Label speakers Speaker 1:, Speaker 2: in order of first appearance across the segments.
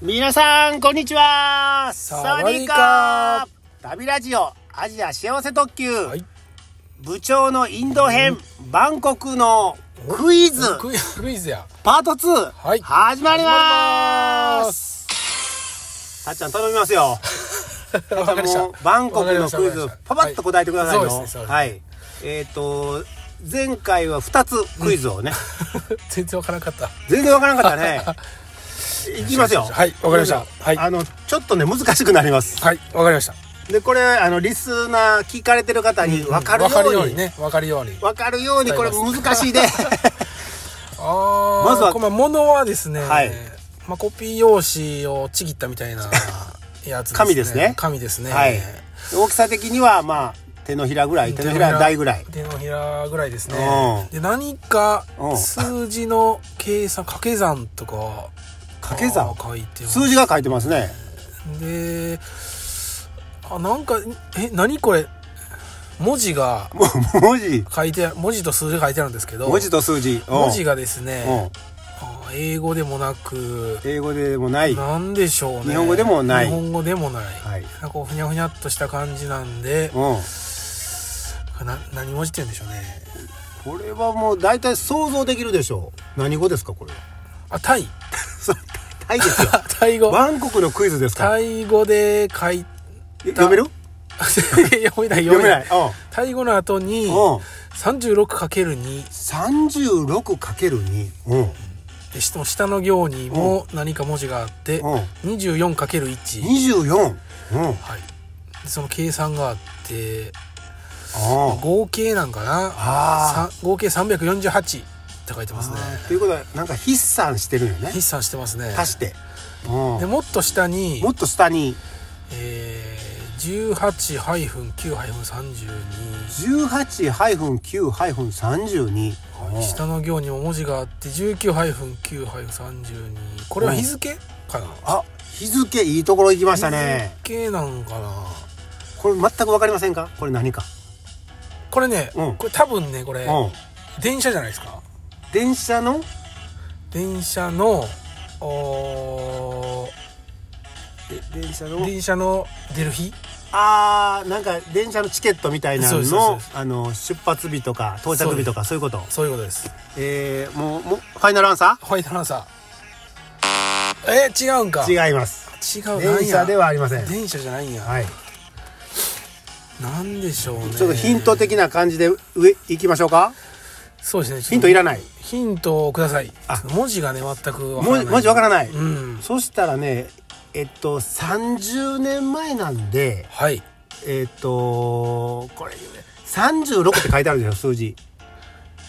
Speaker 1: 皆さん、こんにちは
Speaker 2: サ
Speaker 1: サ
Speaker 2: ワ
Speaker 1: ワ
Speaker 2: デ
Speaker 1: ディ
Speaker 2: ィー
Speaker 1: ー
Speaker 2: カ
Speaker 1: カー旅ラジオアジア幸せ特急、
Speaker 2: はい
Speaker 1: 部長のインド編、バンコクのクイズ、
Speaker 2: クイクイズや
Speaker 1: パート2、
Speaker 2: はい
Speaker 1: 始まりま
Speaker 2: 始まります
Speaker 1: たっちゃん頼みますよ。
Speaker 2: わかりました
Speaker 1: もうバンコクのクイズ
Speaker 2: わかりました、
Speaker 1: パパッと答えてくださいよ。
Speaker 2: はいそうですねそうですね
Speaker 1: はい。えっ、と、前回は2つクイズをね、
Speaker 2: 全然わからなかった
Speaker 1: 全然わからなかった ね。いきますよ。
Speaker 2: はいわかりましたはい
Speaker 1: あの、ちょっとね、難しくなります。
Speaker 2: はいわかりました
Speaker 1: で、これ、あの、リスナー、聞かれてる方に分かるよ
Speaker 2: わかるよ
Speaker 1: う
Speaker 2: う
Speaker 1: に
Speaker 2: に。ねわかるように
Speaker 1: わかるように、これ難しい で。
Speaker 2: あー
Speaker 1: まずは
Speaker 2: こまものはですね、
Speaker 1: はい
Speaker 2: まあ、コピー用紙をちぎったみたいなやつ ですね
Speaker 1: 紙ですね
Speaker 2: 紙ですね
Speaker 1: はい。大きさ的には、まあ、手のひらぐらい、手のひら大ぐらい。
Speaker 2: 手のひらぐらいです
Speaker 1: うん
Speaker 2: ねで何か
Speaker 1: うん
Speaker 2: 数字の計算掛け算とか
Speaker 1: 掛け算
Speaker 2: あー書いてます
Speaker 1: 数字が書いてますね。
Speaker 2: であなんかえ何これ文字が
Speaker 1: もう文字、
Speaker 2: 書いて文字と数字が書いてあるんですけど
Speaker 1: 文字と数字。うん
Speaker 2: 文字がです
Speaker 1: う
Speaker 2: ね
Speaker 1: ん
Speaker 2: あ英語でもなく
Speaker 1: 英語でもない。は
Speaker 2: なんでしょうね
Speaker 1: 日本語でもない
Speaker 2: 日本語でもない、
Speaker 1: い。
Speaker 2: なんかこうふにゃふにゃっとした感じなんで
Speaker 1: うん。
Speaker 2: な何文字って言うんでしょうね
Speaker 1: これはもう大体想像できるでしょう。何語ですか、これは。
Speaker 2: あタイ
Speaker 1: そうタイ ですよ。
Speaker 2: タイ語
Speaker 1: バンコクのクイズですか。
Speaker 2: タイ語で書い
Speaker 1: 読める
Speaker 2: 読めな
Speaker 1: 読
Speaker 2: い読
Speaker 1: め
Speaker 2: め
Speaker 1: な
Speaker 2: ないい。
Speaker 1: う
Speaker 2: タイ語の後に
Speaker 1: ん。うん。
Speaker 2: 36×2
Speaker 1: 36×2。うん。
Speaker 2: でしかも下の行にも何か文字があって、
Speaker 1: うん。
Speaker 2: 24×1、
Speaker 1: 24。うん。あ
Speaker 2: はい、でその計算があって
Speaker 1: あ。
Speaker 2: 合計なんかな
Speaker 1: ああ。
Speaker 2: さ合計348って書いてますね
Speaker 1: ということは、なんか筆算してるよね
Speaker 2: 筆。算してますね
Speaker 1: 足して。うん。
Speaker 2: でもっと下に
Speaker 1: もっと下に、
Speaker 2: えー、18-9-32
Speaker 1: 18-9-32。うん
Speaker 2: 下の行にも文字があって19-9-32これは日付かな
Speaker 1: あ、日付いいところ行きましたね。
Speaker 2: 日付なんかな
Speaker 1: これ全くわかりませんかこれ何か。
Speaker 2: これね、
Speaker 1: うん
Speaker 2: これ多分ねこれ、
Speaker 1: うん。
Speaker 2: 電車じゃないですか
Speaker 1: 電車の
Speaker 2: 電車のおー
Speaker 1: で電車の
Speaker 2: 電車の出る日
Speaker 1: あーなんか電車のチケットみたいな
Speaker 2: そう
Speaker 1: の
Speaker 2: ですそう
Speaker 1: の
Speaker 2: です
Speaker 1: あの出発日とか到着日とかそういうこと
Speaker 2: そういうことです
Speaker 1: えー、もうもうファイナルアンサ
Speaker 2: ホワイトアナウンサーえー、違うんか
Speaker 1: ー違います
Speaker 2: 違うなんや
Speaker 1: 電車ではありません
Speaker 2: 電車じゃないんや、
Speaker 1: はい
Speaker 2: なんでしょうね
Speaker 1: ちょっとヒント的な感じで上行きましょうか
Speaker 2: そうですね
Speaker 1: ヒントい
Speaker 2: ら
Speaker 1: らない
Speaker 2: ヒントをください
Speaker 1: あ
Speaker 2: 文字がね全くわから
Speaker 1: 文
Speaker 2: ない
Speaker 1: 字文字わからない、
Speaker 2: うん
Speaker 1: そしたらねえっと30年前なんで
Speaker 2: はい
Speaker 1: えっとこれ36って書いてあるでしょ数字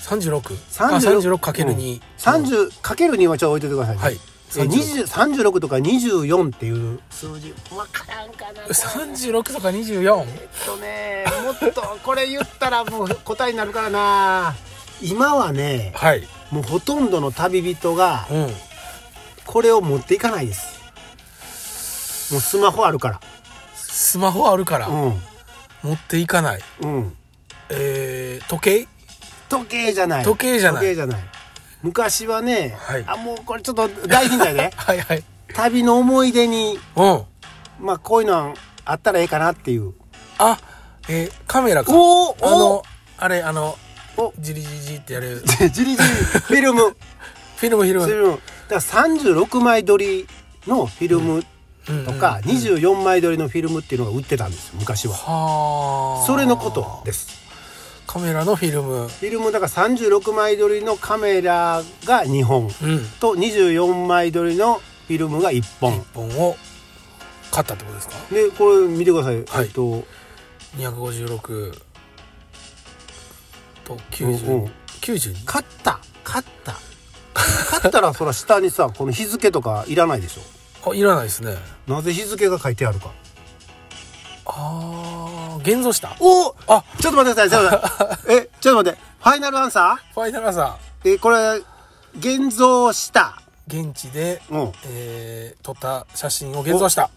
Speaker 2: 36あ
Speaker 1: 36
Speaker 2: 36×2、
Speaker 1: 三十かける二はちょっと置いといてください、ね。
Speaker 2: はい
Speaker 1: えー。二十三十六とか二十四っていう数字わからんかな。え
Speaker 2: 36とか 24?
Speaker 1: っとね、もっとこれ言ったらもう答えになるからな。今はね、
Speaker 2: はい
Speaker 1: もうほとんどの旅人が
Speaker 2: うん
Speaker 1: これを持っていかないです。もうスマホあるか
Speaker 2: スマホあるから
Speaker 1: ら。うん
Speaker 2: 持っていかない
Speaker 1: うん。
Speaker 2: えー、時計
Speaker 1: 時計じゃない。
Speaker 2: 時計じゃない
Speaker 1: 時計じゃない。昔はね、
Speaker 2: はい。
Speaker 1: あもうこれちょっと大ヒントやね
Speaker 2: はいはい
Speaker 1: 旅の思い出に
Speaker 2: うん
Speaker 1: まあこういうのあったらええかなっていう。
Speaker 2: あ、えーカメラか。
Speaker 1: おー
Speaker 2: あの、あれ、あの、
Speaker 1: お
Speaker 2: ジリジリってやる。
Speaker 1: ジリジリフィルム。
Speaker 2: フィルムフィ ル
Speaker 1: フィ
Speaker 2: ム。
Speaker 1: ルム。だから36枚撮りのフィルム
Speaker 2: うん
Speaker 1: とか、24枚撮りのフィルムっていうのが売ってたんですよ昔は。
Speaker 2: はあ。
Speaker 1: それのことです。
Speaker 2: カメラのフィルム。
Speaker 1: フィルムだから36枚撮りのカメラが2本
Speaker 2: うん。
Speaker 1: と24枚撮りのフィルムが1本。
Speaker 2: 本を買ったってことですか
Speaker 1: でこれ見てください。
Speaker 2: はい
Speaker 1: えっと
Speaker 2: ?256
Speaker 1: う
Speaker 2: と
Speaker 1: んう
Speaker 2: 90
Speaker 1: ん。
Speaker 2: 92?
Speaker 1: 買った買った。買ったらそら下にさこの日付とかいらないでしょ。
Speaker 2: あ、いらないですね。
Speaker 1: なぜ日付が書いてあるか。
Speaker 2: あー、現像した。
Speaker 1: お
Speaker 2: あ、
Speaker 1: ちょっと待ってください、ちょっと待って。え、ちょっと待って。ファイナルアンサ
Speaker 2: ファイナルアンサ
Speaker 1: ーえ、これ、現像した。
Speaker 2: ー。現地で、
Speaker 1: うん。
Speaker 2: えー、撮った写真を現像した。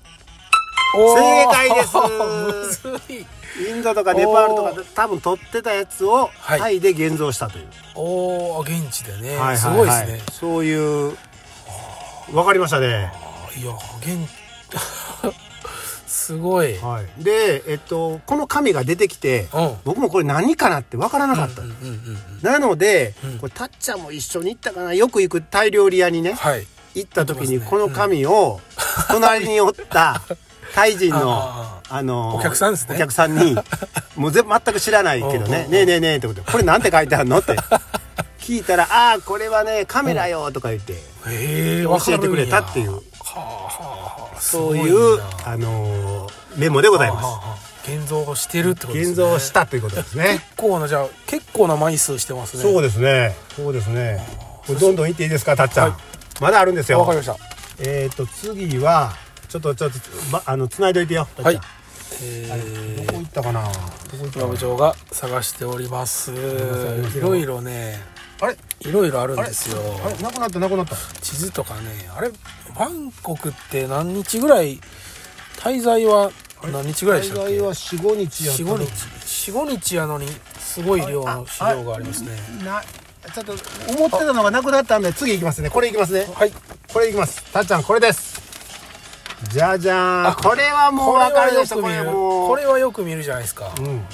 Speaker 2: お
Speaker 1: 正解です
Speaker 2: ー むずい。
Speaker 1: インドとかネパールとかで多分撮ってたやつを、
Speaker 2: はい
Speaker 1: タイで現像したという。
Speaker 2: おお現地でね、
Speaker 1: ははは
Speaker 2: すごいですね
Speaker 1: そういう、わかりましたね。
Speaker 2: あいや元気 すごい、
Speaker 1: はい、で、えっと、この紙が出てきて、
Speaker 2: うん
Speaker 1: 僕もこれ何かなって分からなかった、
Speaker 2: うんうんうんうん
Speaker 1: なので、
Speaker 2: うん
Speaker 1: これたっちゃんも一緒に行ったかなよく行くタイ料理屋にね
Speaker 2: はい
Speaker 1: 行った時に
Speaker 2: 行ってますね
Speaker 1: この紙を隣におったタイ人の
Speaker 2: あ
Speaker 1: あの
Speaker 2: お客さんですね
Speaker 1: お客さんにもう全全く知らないけど
Speaker 2: うんうん
Speaker 1: ね「
Speaker 2: うん
Speaker 1: ねえねえねえ」ってことでこれなんて書いてあるの?」って聞いたら「ああこれはねカメラよ」とか言って
Speaker 2: ーへえ
Speaker 1: 教えてくれたっていう
Speaker 2: はあはあはあ
Speaker 1: そうい
Speaker 2: すご
Speaker 1: う
Speaker 2: な
Speaker 1: あのーメモでござい
Speaker 2: はあ
Speaker 1: ま
Speaker 2: はあはあ現像をしてるってこと
Speaker 1: す。
Speaker 2: ですね
Speaker 1: 現像したということですね。
Speaker 2: 結構なじゃあ結構な枚数してますね
Speaker 1: そうですね。そうですね。これどんどん行っていいですか、たっちゃん。
Speaker 2: はい
Speaker 1: まだあるんですよ。
Speaker 2: わかりました
Speaker 1: えっ、と、次は、ちょっと、ちょっと、ま、あの、繋いでおいてよ。たっちゃ
Speaker 2: はい
Speaker 1: ん
Speaker 2: え
Speaker 1: ど
Speaker 2: ー
Speaker 1: こ行ったかな。どこ行った
Speaker 2: 今部
Speaker 1: か
Speaker 2: 長が探しております
Speaker 1: ません
Speaker 2: いろいろね
Speaker 1: な。あれ、
Speaker 2: いろいろあるんですよ
Speaker 1: あれ、なくなった、なくなった。
Speaker 2: 地図とかねあれバンコクって何日ぐらい滞在は何日ぐらいで
Speaker 1: 大
Speaker 2: したっ
Speaker 1: 概
Speaker 2: け
Speaker 1: は四五日やったの
Speaker 2: 45日45日やのにすごい量の資料がありますね
Speaker 1: な、ちょっと、思ってたのがなくなったんで、次行きますね。これ行きますね。
Speaker 2: はい
Speaker 1: これいきます。たっちゃん、これです。じゃじゃーん。これはもう分かりました。こ
Speaker 2: これ
Speaker 1: れ
Speaker 2: はよく見る
Speaker 1: もう。
Speaker 2: これはよく見るじゃないですか
Speaker 1: うん。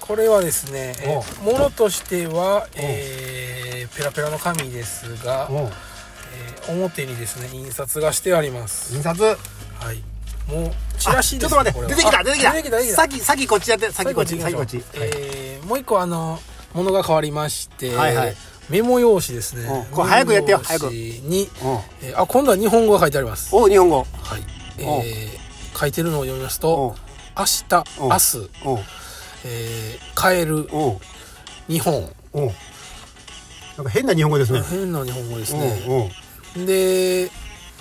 Speaker 2: これはですね、えー
Speaker 1: おう
Speaker 2: ものとしては、えーペラペラの紙ですが、
Speaker 1: おう
Speaker 2: えー表にですね印刷がしてあります、
Speaker 1: 印刷。
Speaker 2: はいもうチラ
Speaker 1: ち
Speaker 2: シで
Speaker 1: ょっ
Speaker 2: す
Speaker 1: と
Speaker 2: ね
Speaker 1: 待って
Speaker 2: これは
Speaker 1: 出てきた
Speaker 2: あ
Speaker 1: 出てきた
Speaker 2: 出てきた出て
Speaker 1: 先
Speaker 2: きた
Speaker 1: 先こっちやって先こっち先
Speaker 2: 最後
Speaker 1: こっ
Speaker 2: に行き
Speaker 1: ち
Speaker 2: ましょうえーもう一個あのものが変わりまして、
Speaker 1: はいはい
Speaker 2: メモ用紙ですね
Speaker 1: うんこれ早くやってよ
Speaker 2: メモ用紙に、
Speaker 1: うん
Speaker 2: えーあ今度は日本語が書いてあります、
Speaker 1: おう日本語
Speaker 2: はいえ
Speaker 1: お
Speaker 2: ー書いてるのを読みます
Speaker 1: お
Speaker 2: と
Speaker 1: う
Speaker 2: 「明日
Speaker 1: おう
Speaker 2: 明日、
Speaker 1: おう
Speaker 2: えー帰る
Speaker 1: おう
Speaker 2: 日本」
Speaker 1: おうなんか変な日本語ですね
Speaker 2: 変な日本語です
Speaker 1: お
Speaker 2: ね、
Speaker 1: うおう
Speaker 2: で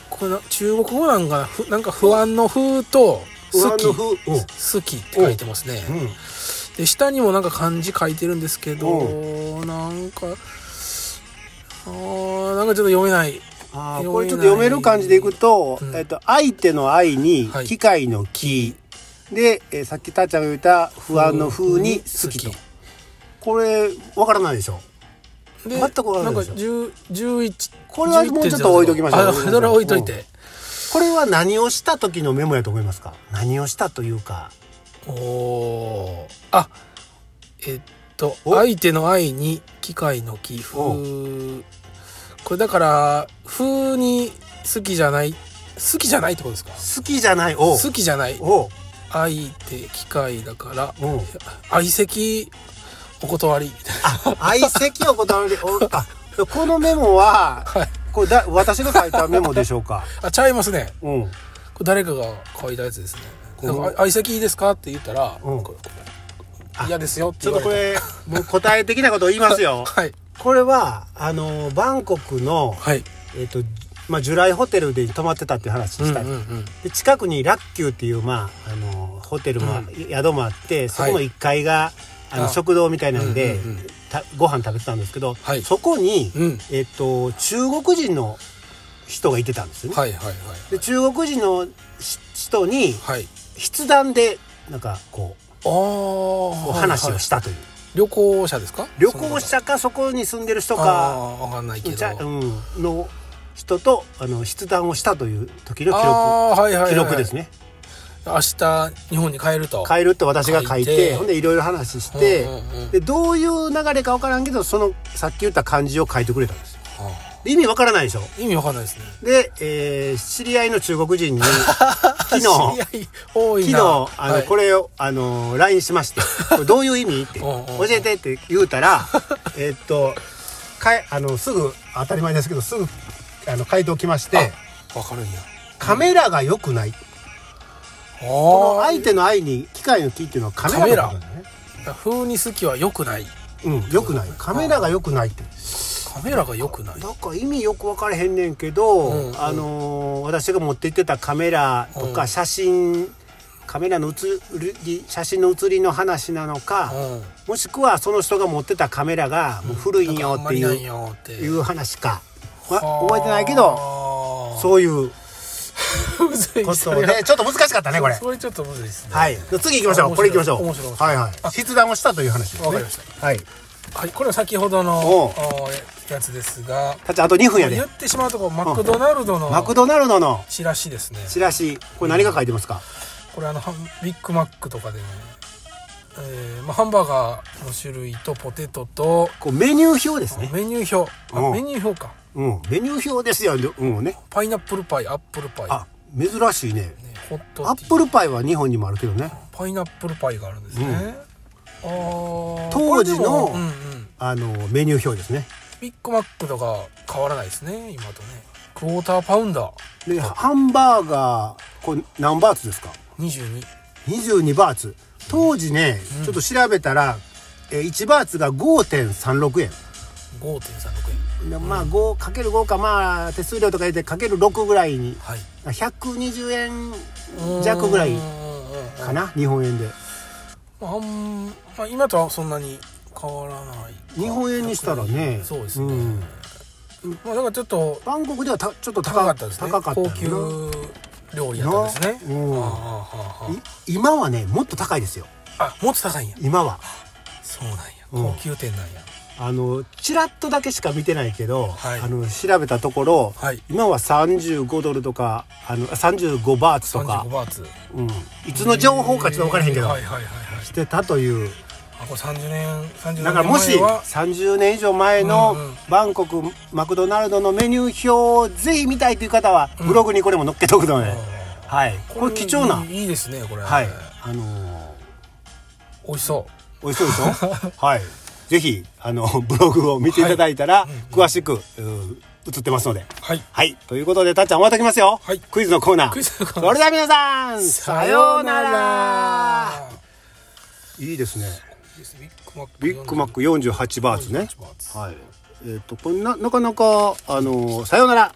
Speaker 2: この中国語なんかなふなんか不安の「風と「
Speaker 1: 不
Speaker 2: 好
Speaker 1: 安
Speaker 2: き」
Speaker 1: の風おう
Speaker 2: 好きって書いてますね
Speaker 1: うん
Speaker 2: で下にもなんか漢字書いてるんですけどなんかあーなんかちょっと読めない
Speaker 1: あ
Speaker 2: 読めない
Speaker 1: ーこれちょっと読める感じでいくと
Speaker 2: うん
Speaker 1: えっと相手の愛に
Speaker 2: はい
Speaker 1: 機械の機でえーさっきたっちゃんが言った不安の風に好きとこれわからないでしょ
Speaker 2: で
Speaker 1: 全くわかんないでしょ
Speaker 2: んか10 11
Speaker 1: これはもうちょっと置いときましょう
Speaker 2: あそれは置いといて、
Speaker 1: これは何をした時のメモやと思いますか何をしたというか
Speaker 2: おおーあえっと
Speaker 1: お
Speaker 2: 相手の愛に機械の寄付
Speaker 1: お
Speaker 2: これだから風に好きじゃない好きじゃないってことですか
Speaker 1: 好きじゃないおう
Speaker 2: 好きじゃない
Speaker 1: おう
Speaker 2: 愛って機械だから
Speaker 1: おう
Speaker 2: 相席お断りみたい
Speaker 1: 相席を断り、おあ、このメモは、
Speaker 2: なはい
Speaker 1: これだ、私が書いたメモでしょうか。
Speaker 2: あちゃいますね
Speaker 1: うん。
Speaker 2: これ誰かが書いたやつですね
Speaker 1: こ
Speaker 2: な
Speaker 1: の
Speaker 2: んかあ相席いいですかって言ったら
Speaker 1: うん
Speaker 2: これ
Speaker 1: あ
Speaker 2: 嫌ですよって
Speaker 1: ちょ
Speaker 2: 言
Speaker 1: っ
Speaker 2: わ
Speaker 1: と
Speaker 2: れ
Speaker 1: こ
Speaker 2: た。
Speaker 1: れ、もう答え的なことを言いますよ
Speaker 2: はい
Speaker 1: これは、あの、バンコクの、
Speaker 2: はい
Speaker 1: えっ、と、まあ、ジュライホテルで泊まってたっていう話
Speaker 2: うんう
Speaker 1: し
Speaker 2: ん
Speaker 1: た、
Speaker 2: うん
Speaker 1: で、近くにラッキューっていう、まあ、あの、ホテルも、
Speaker 2: うん
Speaker 1: 宿もあって、そこの1階が、あ
Speaker 2: あ
Speaker 1: の、食堂みたいなんで、
Speaker 2: うんうんうん
Speaker 1: たご飯食べてたんですけど、
Speaker 2: はい
Speaker 1: そこに、
Speaker 2: うん
Speaker 1: えっ、と、中国人の人がいてたんですよね。
Speaker 2: はいはいはい
Speaker 1: で中国人のし人に
Speaker 2: はい
Speaker 1: 筆談でなんかこう
Speaker 2: あ
Speaker 1: こう
Speaker 2: あ
Speaker 1: 話をしたたという、
Speaker 2: 旅行者ですか
Speaker 1: 旅行
Speaker 2: と
Speaker 1: 者かそこに住んでる人か
Speaker 2: かわかんないけ
Speaker 1: じ
Speaker 2: ど
Speaker 1: ゃ、うん、の人とあの筆談をしたという時の記録
Speaker 2: あーはいはいはいはい
Speaker 1: 記録ですね
Speaker 2: 明日日本に帰ると
Speaker 1: 変えるって私が書いて
Speaker 2: 書いて
Speaker 1: ほんでいろいろ話して、
Speaker 2: うんうんうん
Speaker 1: でどういう流れか分からんけどそのさっき言った漢字を書いてくれたんですよ
Speaker 2: は
Speaker 1: で意味分からないでしょ
Speaker 2: あ意味わかんないですね
Speaker 1: で、えー知り合いの中国 人に昨日
Speaker 2: 知り合い多
Speaker 1: 昨
Speaker 2: いな
Speaker 1: 日あの、
Speaker 2: はい
Speaker 1: これをあの LINE しまして 「これどういう意味?」って「
Speaker 2: うんうん
Speaker 1: 教えて」って言うたら えっとかえあのすぐ当たり前ですけどすぐあの回答来まして
Speaker 2: あわかるんや
Speaker 1: 「カメラが良くない」こ
Speaker 2: あ
Speaker 1: の
Speaker 2: あ
Speaker 1: 相手の愛に機械の機っていうのはカメラのことだね
Speaker 2: 風に好きは良くない
Speaker 1: うん良くないカメラが良くないって
Speaker 2: カメラが良くない
Speaker 1: なんか意味よく分からへんねんけど、
Speaker 2: うんうん
Speaker 1: あのー私が持って行ってたカメラと
Speaker 2: うん
Speaker 1: か写真、カメラの写り写真の写りの話なのか、
Speaker 2: うん
Speaker 1: もしくはその人が持ってたカメラがもう古いんよってい
Speaker 2: なんかあんまりなん
Speaker 1: う,、
Speaker 2: よって
Speaker 1: い
Speaker 2: は
Speaker 1: う話か、わ
Speaker 2: あ
Speaker 1: 覚えてないけど
Speaker 2: う
Speaker 1: そういう
Speaker 2: むずい
Speaker 1: こと
Speaker 2: それ
Speaker 1: で
Speaker 2: は
Speaker 1: ちょっと難しかったねこれ
Speaker 2: それちょっとむずいですね
Speaker 1: はい次行きましょうこれ行きましょう
Speaker 2: 面白い面白い
Speaker 1: はいはい筆談をしたという話ですね
Speaker 2: わかりました
Speaker 1: はい
Speaker 2: はい、これは先ほどの
Speaker 1: おう
Speaker 2: おーやつですが
Speaker 1: たちあと2分やで
Speaker 2: 言ってしまうとこうマクドナルドの
Speaker 1: マクドナルドの
Speaker 2: チラシですね
Speaker 1: チラシこれ何が書いてますか、
Speaker 2: これあのハンビッグマックとかでね、えーまあ、ハンバーガーの種類とポテトと
Speaker 1: こうメニュー表ですね、
Speaker 2: メニュー表あ
Speaker 1: うん
Speaker 2: メニュー表か
Speaker 1: うん、メニュー表ですよ、うんね、
Speaker 2: パイナップルパイアップルパイ、
Speaker 1: あ珍しいね
Speaker 2: ねホット
Speaker 1: ア
Speaker 2: ティ
Speaker 1: ッ
Speaker 2: ー
Speaker 1: プルパイは日本にもあるけどね
Speaker 2: パイナップルパイがあるんですね、あー
Speaker 1: 当時の
Speaker 2: これでもうんうん、
Speaker 1: あのメニュー表ですね
Speaker 2: ビッグマックとか変わらないですね今とねクォーターパウンダー
Speaker 1: でハンバーガーこれ何バーツですか
Speaker 2: 22
Speaker 1: 22バーツ当時ね、ちょっと調べたらえー1バーツが5.36円
Speaker 2: 5.36円
Speaker 1: でまあ 5×5 かまあ手数料とか入れてかける6ぐらいに
Speaker 2: はい
Speaker 1: 120円弱ぐらいう
Speaker 2: ーんうんうん
Speaker 1: かな日本円で
Speaker 2: まああんまあ、今とはそんなに変わらない
Speaker 1: 日本円にしたらね
Speaker 2: そうですね、
Speaker 1: うん
Speaker 2: まあ、なんかちょっと
Speaker 1: バンコクではたちょっと
Speaker 2: 高
Speaker 1: 高
Speaker 2: かったですね
Speaker 1: 高かったよ
Speaker 2: 高
Speaker 1: な
Speaker 2: 級料理やったんですね
Speaker 1: なうん
Speaker 2: はあはあはあはい
Speaker 1: 今はねもっと高いですよ
Speaker 2: ああもっと高いんや
Speaker 1: 今は
Speaker 2: そうなんや
Speaker 1: うん
Speaker 2: 高級店なんや、
Speaker 1: あのちらっとだけしか見てないけど、
Speaker 2: はい
Speaker 1: あの調べたところ、
Speaker 2: はい
Speaker 1: 今は35ドルとかあの35バーツとか
Speaker 2: 35、バーツ
Speaker 1: うん、いつの情報かちょっと分からへんけど、
Speaker 2: えーはいはいはいはい
Speaker 1: してたという
Speaker 2: あこれ30年30年
Speaker 1: だからもし
Speaker 2: 前は
Speaker 1: 30年以上前の
Speaker 2: うんうん、
Speaker 1: バンコクマクドナルドのメニュー表をぜひ見たいという方はブログにこれも載っけとくので、はい、これ貴重ない
Speaker 2: いいいですねこれ
Speaker 1: はいあのー
Speaker 2: 美味しそ
Speaker 1: 美味しそうでし ょはいぜひあのブログを見ていただいたら、詳しくうん映ってますので
Speaker 2: うはい
Speaker 1: はいということでたっちゃん終わってきますよ、
Speaker 2: はい
Speaker 1: クイズのコーナー
Speaker 2: クイズのコーナ
Speaker 1: そ
Speaker 2: ー
Speaker 1: れでは皆さんさようならいいですね
Speaker 2: いいですねビ
Speaker 1: ビ
Speaker 2: ッ
Speaker 1: ッ
Speaker 2: グ
Speaker 1: グ
Speaker 2: マ
Speaker 1: マ
Speaker 2: ッ
Speaker 1: ッ
Speaker 2: ク
Speaker 1: ク48バーツね
Speaker 2: 48バーツ
Speaker 1: はいえっ、とこれななかなかあのさようなら